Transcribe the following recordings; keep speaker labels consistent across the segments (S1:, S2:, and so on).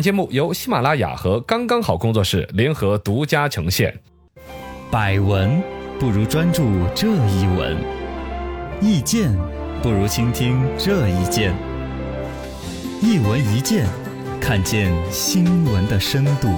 S1: 节目由喜马拉雅和刚刚好工作室联合独家呈现。
S2: 百闻不如专注这一闻，意见不如倾听这一见。一闻一见，看见新闻的深度。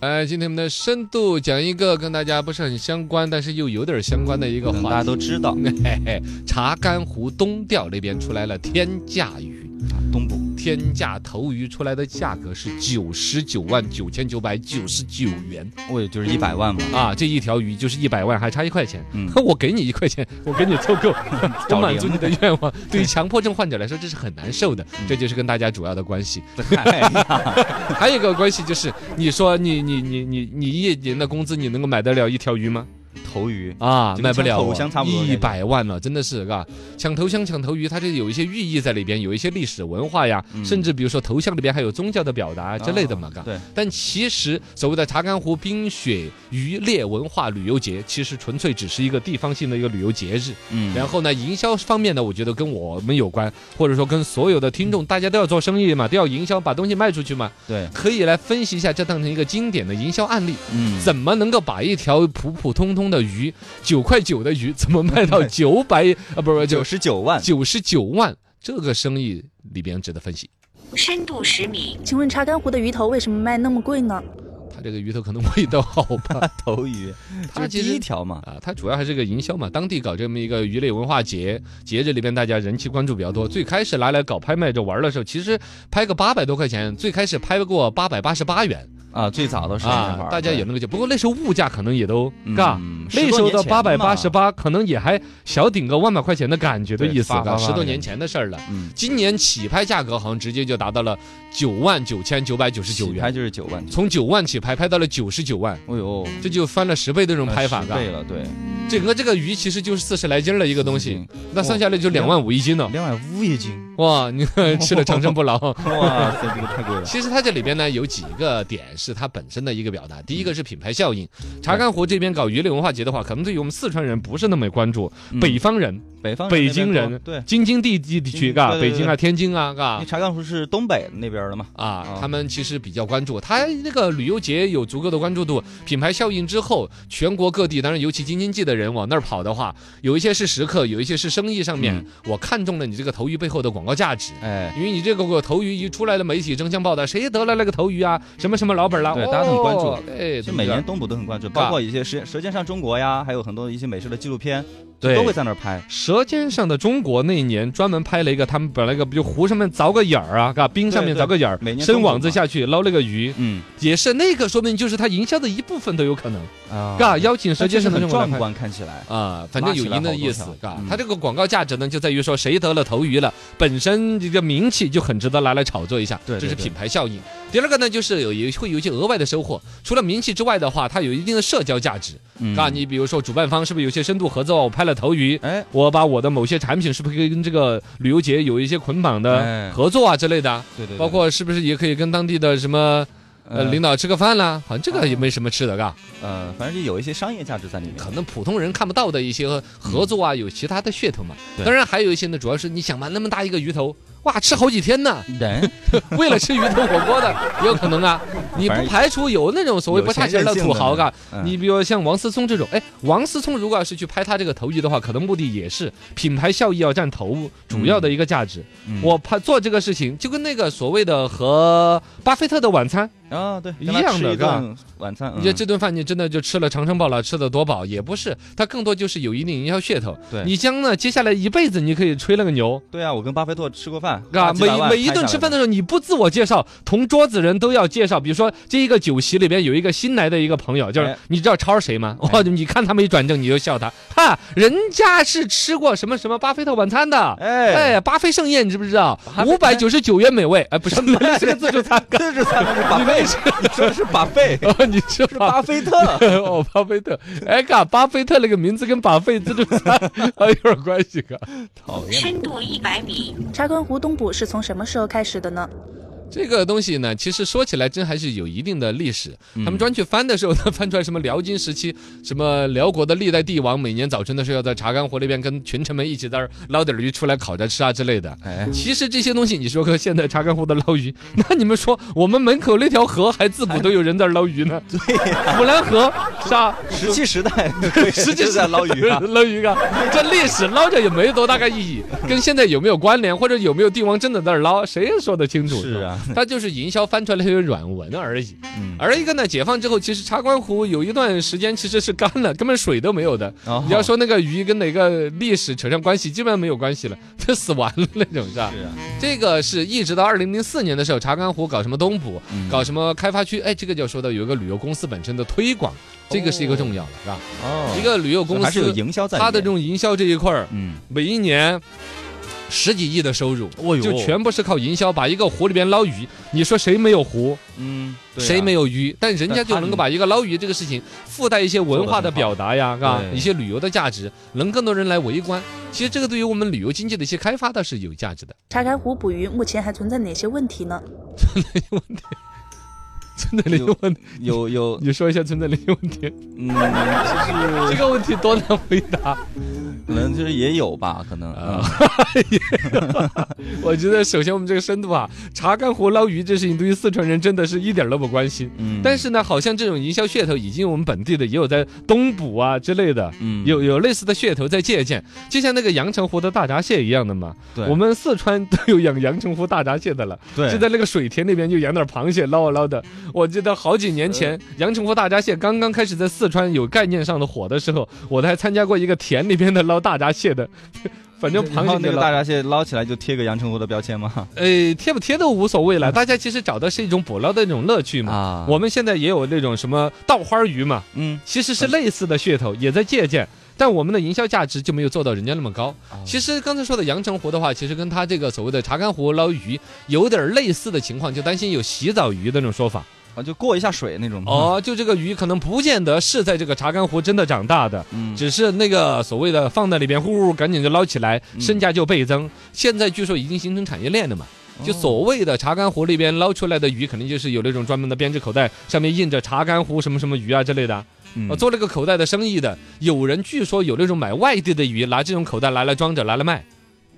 S3: 哎，今天我们的深度讲一个跟大家不是很相关，但是又有点相关的一个
S4: 可能嗯大
S3: 话
S4: 家
S3: 题。
S4: 都知道，
S3: 嘿嘿，查干湖东调那边出来了天价鱼，
S4: 东部
S3: 天价头鱼出来的价格是九十九万九千九百九十九元
S4: 我也就是一百万嘛，
S3: 啊！这一条鱼就是一百万，还差一块钱。
S4: 嗯
S3: 我给你一块钱，我给你凑够，我
S4: 找
S3: 满
S4: 零
S3: 足你的愿 望。对于强迫症患者来说，这是很难受的，
S4: 嗯
S3: 这就是跟大家主要的关系。
S4: 哎 呀
S3: 还有一个关系就是，你说你你你你你一年的工资，你能够买得了一条鱼吗？
S4: 头鱼
S3: 啊，
S4: 就
S3: 卖
S4: 跟
S3: 不了
S4: 抢头
S3: 哦
S4: 香差不多
S3: 一
S4: 感
S3: 百万了，真的是嘎。抢头香、抢头鱼，它这有一些寓意在里边，有一些历史文化呀，
S4: 嗯啊
S3: 甚至比如说头像里边还有宗教的表达之类的嘛，嘎。
S4: 对，
S3: 但其实所谓的查干湖冰雪渔猎文化旅游节，其实纯粹只是一个地方性的一个旅游节日。
S4: 嗯，
S3: 然后呢，营销方面呢，我觉得跟我们有关，或者说跟所有的听众，大家都要做生意嘛，都要营销，把东西卖出去嘛，
S4: 对，
S3: 可以来分析一下，这当成一个经典的营销案例。
S4: 嗯，
S3: 怎么能够把一条普普通通的鱼，九块九的鱼，怎么卖到九百 啊？不是，
S4: 九
S3: 就
S4: 十九 万，
S3: 九十九万这个生意里边值得分析。
S5: 深度十米，
S6: 请问查干湖的鱼头为什么卖那么贵呢？
S3: 它这个鱼头可能味道好 吧？
S4: 头鱼就
S3: 它
S4: 是
S3: 其
S4: 第一
S3: 实。
S4: 条嘛，
S3: 啊，它主要还是个营销嘛，当地搞这么一个鱼类文化节，节日里边大家人气关注比较多。最开始拿来搞拍卖着玩的时候，其实拍个八百多块钱，最开始拍过八百八十八元
S4: 啊，最早都是那会
S3: 啊
S4: 儿，
S3: 大家也能够接。不过那时候物价可能也都
S4: 嗯
S3: 嘎，那
S4: 10
S3: 时
S4: 多
S3: 候
S4: 年
S3: 的
S4: 前
S3: 八百八十
S4: 嘛
S3: 八，可能也还小顶个万把块钱的感觉的
S4: 对
S3: 意思
S4: 发
S3: 吧，
S4: 发
S3: 十
S4: 发
S3: 多
S4: 的
S3: 年
S4: 感觉
S3: 前的事儿了。
S4: 嗯，
S3: 今年起拍价格好像直接就达到了九万九千九百九十九
S4: 起拍
S3: 元，
S4: 就是九万，
S3: 从九万起拍拍到了九十九万，
S4: 哎呦，
S3: 这就翻了十倍的这种拍法，
S4: 啊十
S3: 嘎
S4: 倍了，对，
S3: 整个这个鱼其实就是四十来斤儿的一个东西，那算下来就两
S4: 两
S3: 万五一斤了。
S4: 嗯两百五一斤，
S3: 哇，你看吃了长生不老。
S4: 哇塞，这个太 贵了，
S3: 其实它这里边呢有几个点是它本身的一个表达，第一个是品牌效应。
S4: 嗯
S3: 查干湖这边搞鱼类文化节的话，可能对于我们四川人不是那么关注，
S4: 嗯
S3: 北方人、
S4: 北方
S3: 北
S4: 那边
S3: 京
S4: 多
S3: 人
S4: 对，
S3: 京津地地地区，嘎，
S4: 对对
S3: 北
S4: 对
S3: 京啊、天津啊，
S4: 因
S3: 嘎
S4: 为。查干湖是东北那边的嘛，
S3: 啊
S4: 啊，
S3: 他们其实比较关注，他那个旅游节有足够的关注度，品牌效应之后，全国各地，当然尤其京津冀的人往那儿跑的话，有一些是食客，有一些是生意上
S4: 嗯
S3: 面，我看中了你这个头鱼背后的广告价值，
S4: 哎，
S3: 因为你这个头鱼一出来了，媒体争相报道，谁得了那个头鱼啊，什么什么老本啦，
S4: 对
S3: 哦
S4: 大家都很关注
S3: 哎，
S4: 是
S3: 对
S4: 每
S3: 不对
S4: 年东部都很关注，
S3: 嘎
S4: 包括一些《舌舌尖上中国》呀，还有很多一些美食的纪录片，
S3: 对
S4: 都会在那儿拍。
S3: 《舌尖上的中国》那一年专门拍了一个，他们把那个就湖上面凿个眼儿啊，嘎，冰上面
S4: 对对
S3: 凿个眼儿
S4: 每，年
S3: 伸
S4: 中午
S3: 网子
S4: 嘛
S3: 下去捞了个鱼，
S4: 嗯，
S3: 也是那个，说不定就是他营销的一部分都有可能，
S4: 啊
S3: 嘎，邀请《舌
S4: 但确
S3: 尖
S4: 实
S3: 上的
S4: 很
S3: 中国》来
S4: 壮
S3: 拍。
S4: 观，看起来。
S3: 啊，反正有赢的意思
S4: 拉起来好，多条
S3: 嘎
S4: 嗯，
S3: 它这个广告价值呢，就在于说谁得了头鱼了，本身这个名气就很值得拿来炒作一下，
S4: 对对
S3: 这是
S4: 对
S3: 品牌效应。第二个呢，就是有一会有一些额外的收获，除了名气之外的话，它有一定的社交价值，
S4: 嗯
S3: 嘎，你比如说主办方是不是有些深度合作？我拍了头鱼，
S4: 哎，
S3: 我把我的某些产品是不是可以跟这个旅游节有一些捆绑的
S4: 哎
S3: 合作啊之类的啊？
S4: 对嗯对，
S3: 包括是不是也可以跟当地的什么呃领
S4: 导
S3: 导吃个饭啦？好像这
S4: 啊
S3: 个也没什么吃的，嘎，
S4: 呃，反正就有一些商业价值在里面。
S3: 可能普通人看不到的一些合作啊，有其他的噱头嘛。
S4: 对
S3: 当然还有一些呢，主要是你想嘛，那么大一个鱼头。哇，吃好几天呢！
S4: 人
S3: 为了吃鱼头火锅的，也有可能 啊。你
S4: 反
S3: 不
S4: 正
S3: 排除有那种所谓
S4: 有
S3: 不差钱的
S4: 钱任
S3: 土
S4: 性
S3: 豪，
S4: 的
S3: 嘎，
S4: 嗯
S3: 你比如像王思聪这种，哎，王思聪如果要是去拍他这个头鱼的话，可能目的也是品牌效益要占头主要的一个价值。
S4: 嗯
S3: 我拍做这个事情，就跟那个所谓的和巴菲特的晚餐，
S4: 啊，对，
S3: 一
S4: 让他
S3: 样
S4: 吃
S3: 的
S4: 一顿晚餐，
S3: 你觉得
S4: 嗯
S3: 这顿饭你真的就吃了长生堡了，吃的多饱也不是，它更多就是有一定营销噱头。
S4: 对
S3: 你将呢接下来一辈子你可以吹那个牛。
S4: 对啊，我跟巴菲特吃过饭，
S3: 啊，
S4: 花几
S3: 每
S4: 百万
S3: 每一
S4: 拍
S3: 顿
S4: 下
S3: 吃
S4: 来
S3: 饭的
S4: 的
S3: 时候，你不自我介绍，同桌子人都要介绍。比如说，这一个酒席里边有一个新来的一个朋友，就是
S4: 哎
S3: 你知道超谁吗？哇，你看他没转正，你就笑他，哈，人家是吃过什么什么巴菲特晚餐的。
S4: 哎，
S3: 哎，巴菲盛宴你知不知道？五
S4: 菲
S3: 百九十九元每位，哎，不是，那是个自助餐。
S4: 这是他是巴菲， 你说的是巴菲，
S3: 哦，你知
S4: 是
S3: 道。
S4: 巴菲特
S3: 哦，巴菲特，哎嘎，巴菲特那个名字跟巴菲自助餐 还有点关系嘎。
S4: 讨厌，
S5: 深度一百米，
S6: 查干湖东捕是从什么时候开始的呢？
S3: 这个东西呢，其实说起来真还是有一定的历史。
S4: 嗯
S3: 他们专去翻的时候呢， 翻出来什么辽金时期，什么辽国的历代帝王，每年早晨的时候要在查干湖那边跟群臣们一起在那儿捞点鱼出来烤着吃啊之类的。
S4: 哎，
S3: 其实这些东西，你说个现在查干湖的捞鱼， 那你们说我们门口那条河还自古都有人在那儿捞鱼呢？对、 虎兰河是吧？
S4: 石器 时代 对
S3: 实际，
S4: 就在捞鱼啊
S3: 捞鱼啊！这历史捞着也没多大个意 义，跟现在有没有关联，或者有没有帝王真的在那儿捞，谁也说得清楚。
S4: 是啊，
S3: 他就是营销翻出来那些软文而已。
S4: 嗯，
S3: 而一个呢，解放之后，其实茶官湖有一段时间其实是干了， 根本水都没有的。
S4: 哦
S3: 你要说那个鱼跟哪个历史扯上关系，基本上没有关系了， 就死完了那种，是吧？
S4: 是啊，
S3: 这个是一直到二零零四年的时候，茶干湖搞什么东捕，
S4: 嗯
S3: 搞什么开发区，哎，这个就要说到有一个旅游公司本身的推广，这个是一个重要的，是吧？
S4: 哦
S3: 一个旅游公
S4: 还是
S3: 司
S4: 有营销在里面，
S3: 它的这种营销这一块儿，
S4: 嗯，
S3: 每一年十几亿的收入，
S4: 哦
S3: 就全部是靠营销，把一个湖里边捞鱼，你说谁没有湖，
S4: 嗯，对啊
S3: 谁没有鱼？但人家就能够把一个捞鱼这个事情附带一些文化的表达呀，啊，
S4: 对
S3: 一些旅游的价值，能更多人来围观。其实这个对于我们旅游经济的一些开发倒是有价值 的。
S6: 茶干湖捕鱼目前还存在哪些问题呢？
S3: 存在零问题，
S4: 有有
S3: 你说一下存在零问题，
S4: 嗯，就
S3: 这
S4: 是
S3: 个问题多难回答。
S4: 可能就是也有吧，可能
S3: 啊
S4: 啊，
S3: 我觉得首先我们这个深度啊，查干湖捞鱼这事情对于四川人真的是一点儿都不关心。
S4: 嗯，
S3: 但是呢，好像这种营销噱头已经我们本地的也有在东捕啊之类的，
S4: 嗯
S3: 有有类似的噱头在借鉴，就像那个阳澄湖的大闸蟹一样的嘛。
S4: 对
S3: 我们四川都有养阳澄湖大闸蟹的了，
S4: 对
S3: 就在那个水田那边就养点螃蟹捞啊捞的。我记得好几年前，阳澄湖大闸蟹刚刚开始在四川有概念上的火的时候，我都还参加过一个田里边的捞大闸蟹的， 反正
S4: 然
S3: 螃
S4: 后
S3: 蟹
S4: 那
S3: 就
S4: 个
S3: 捞
S4: 大。闸蟹捞起来就贴个阳澄湖的标签吗？
S3: 呃，贴不贴都无所 谓了，大家其实找的是一种捕捞的那种乐趣嘛。
S4: 啊
S3: 我们现在也有那种什么稻花鱼嘛，
S4: 嗯，
S3: 其实是类似的噱头，也在借鉴，但我们的营销价值就没有做到人家那么高。
S4: 啊
S3: 其实刚才说的阳澄湖的话，其实跟它这个所谓的查干湖捞鱼有点类似的情况，就担心有洗澡鱼的那种说法。
S4: 啊，就过一下水那种嘛，
S3: 哦，就这个鱼可能不见得是在这个查干湖真的长大的。
S4: 嗯，
S3: 只是那个所谓的放在里边，呼呼赶紧就捞起来，
S4: 嗯
S3: 身价就倍增。现在据说已经形成产业链了嘛。就
S4: 哦
S3: 所谓的茶干湖那边捞出来的鱼，肯定就是有那种专门的编织口袋，上面印着茶干湖什么什么鱼啊之类的啊。
S4: 嗯
S3: 呃做那个口袋的生意的，有人据说有那种买外地的鱼，拿这种口袋拿来装着，拿来卖。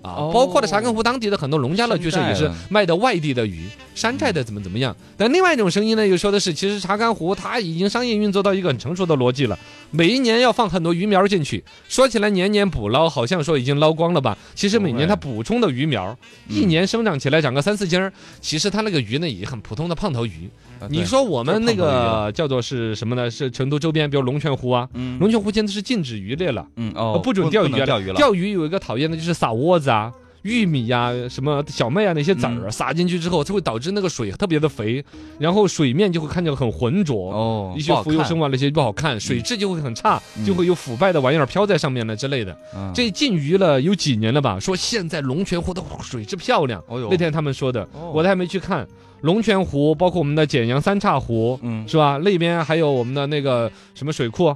S3: 啊
S4: 哦，
S3: 包括了茶干湖当地的很多农家乐，
S4: 山
S3: 据说也
S4: 寨
S3: 是
S4: 啊
S3: 卖的外地的鱼，山寨
S4: 嗯
S3: 的怎么怎么样。但另外一种声音呢，又说的是，其实茶干湖它已经商业运作到一个很成熟的逻辑了，每一年要放很多鱼苗进去。说起来年年捕捞，好像说已经捞光了吧？其实每年它补充的鱼苗，
S4: 嗯
S3: 一年生长起来长个三四斤儿，其实它那个鱼呢也很普通的胖头鱼。
S4: 啊
S3: 你
S4: 对
S3: 说我们那
S4: 就是胖头鱼
S3: 个叫做是什么呢？是成都周边，比如龙泉湖啊，
S4: 嗯
S3: 龙泉湖现在是禁止渔猎了，
S4: 嗯
S3: 呃
S4: 哦，
S3: 不准钓鱼
S4: 能
S3: 啊。
S4: 钓鱼了，
S3: 钓鱼有一个讨厌的就是撒窝子啊。玉米呀、什么小麦啊，那些籽
S4: 嗯
S3: 儿啊撒进去之后，就会导致那个水特别的肥，然后水面就会看着很浑浊，
S4: 哦，
S3: 一些浮游生物啊那些不好看，水质就会很差，
S4: 嗯
S3: 就会有腐败的玩意儿飘在上面了之类的。
S4: 嗯
S3: 这禁渔了有几年了吧？说现在龙泉湖的水质漂亮，
S4: 哦哟
S3: 那天他们说的，
S4: 哦
S3: 我都还没去看。龙泉湖包括我们的简阳三岔湖，
S4: 嗯
S3: 是吧？那边还有我们的那个什么水库，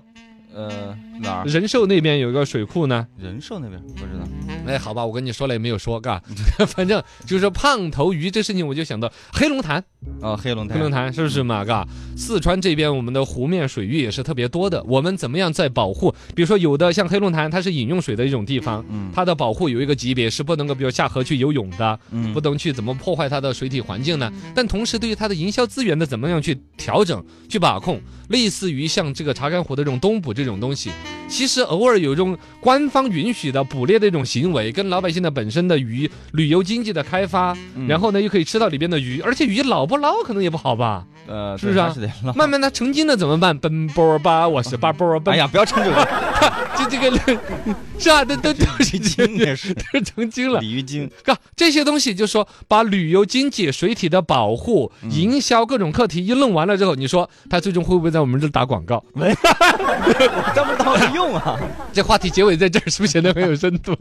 S4: 呃哪儿
S3: 仁寿那边有一个水库呢。
S4: 仁寿那边不知道，
S3: 哎，好吧，我跟你说了也没有说，嘎， 反正就是说胖头鱼这事情，我就想到黑龙潭，
S4: 哦黑龙
S3: 哎黑龙
S4: 潭，
S3: 潭是不是嘛？嘎，四川这边我们的湖面水域也是特别多的，我们怎么样在保护？比如说有的像黑龙潭，它是饮用水的一种地方。
S4: 嗯
S3: 它的保护有一个级别是不能够，比如下河去游泳的，
S4: 嗯
S3: 不能去怎么破坏它的水体环境呢？但同时，对于它的营销资源的怎么样去调整、去把控，类似于像这个查干湖的这种冬捕这种东西，其实偶尔有一种官方允许的捕猎的一种行为，跟老百姓的本身的鱼旅游经济的开发，
S4: 嗯
S3: 然后呢又可以吃到里边的鱼，而且鱼老不捞可能也不好 吧？
S4: 呃
S3: 是不是啊
S4: 对还是得捞
S3: 慢慢它成精了怎么办？奔波吧，我是巴波奔，
S4: 哎呀，不要唱这个，
S3: 这这个 是啊，都 都都
S4: 鲤鱼精也是
S3: 都成精了。
S4: 鲤鱼精，
S3: 嘎，啊这些东西就说把旅游经济、水体的保护、营销各种课题一弄完了之后，你说它最终会不会在我们这儿打广告？
S4: 我当不当没用啊？
S3: 这话题结尾在这儿是不是显得很有深度？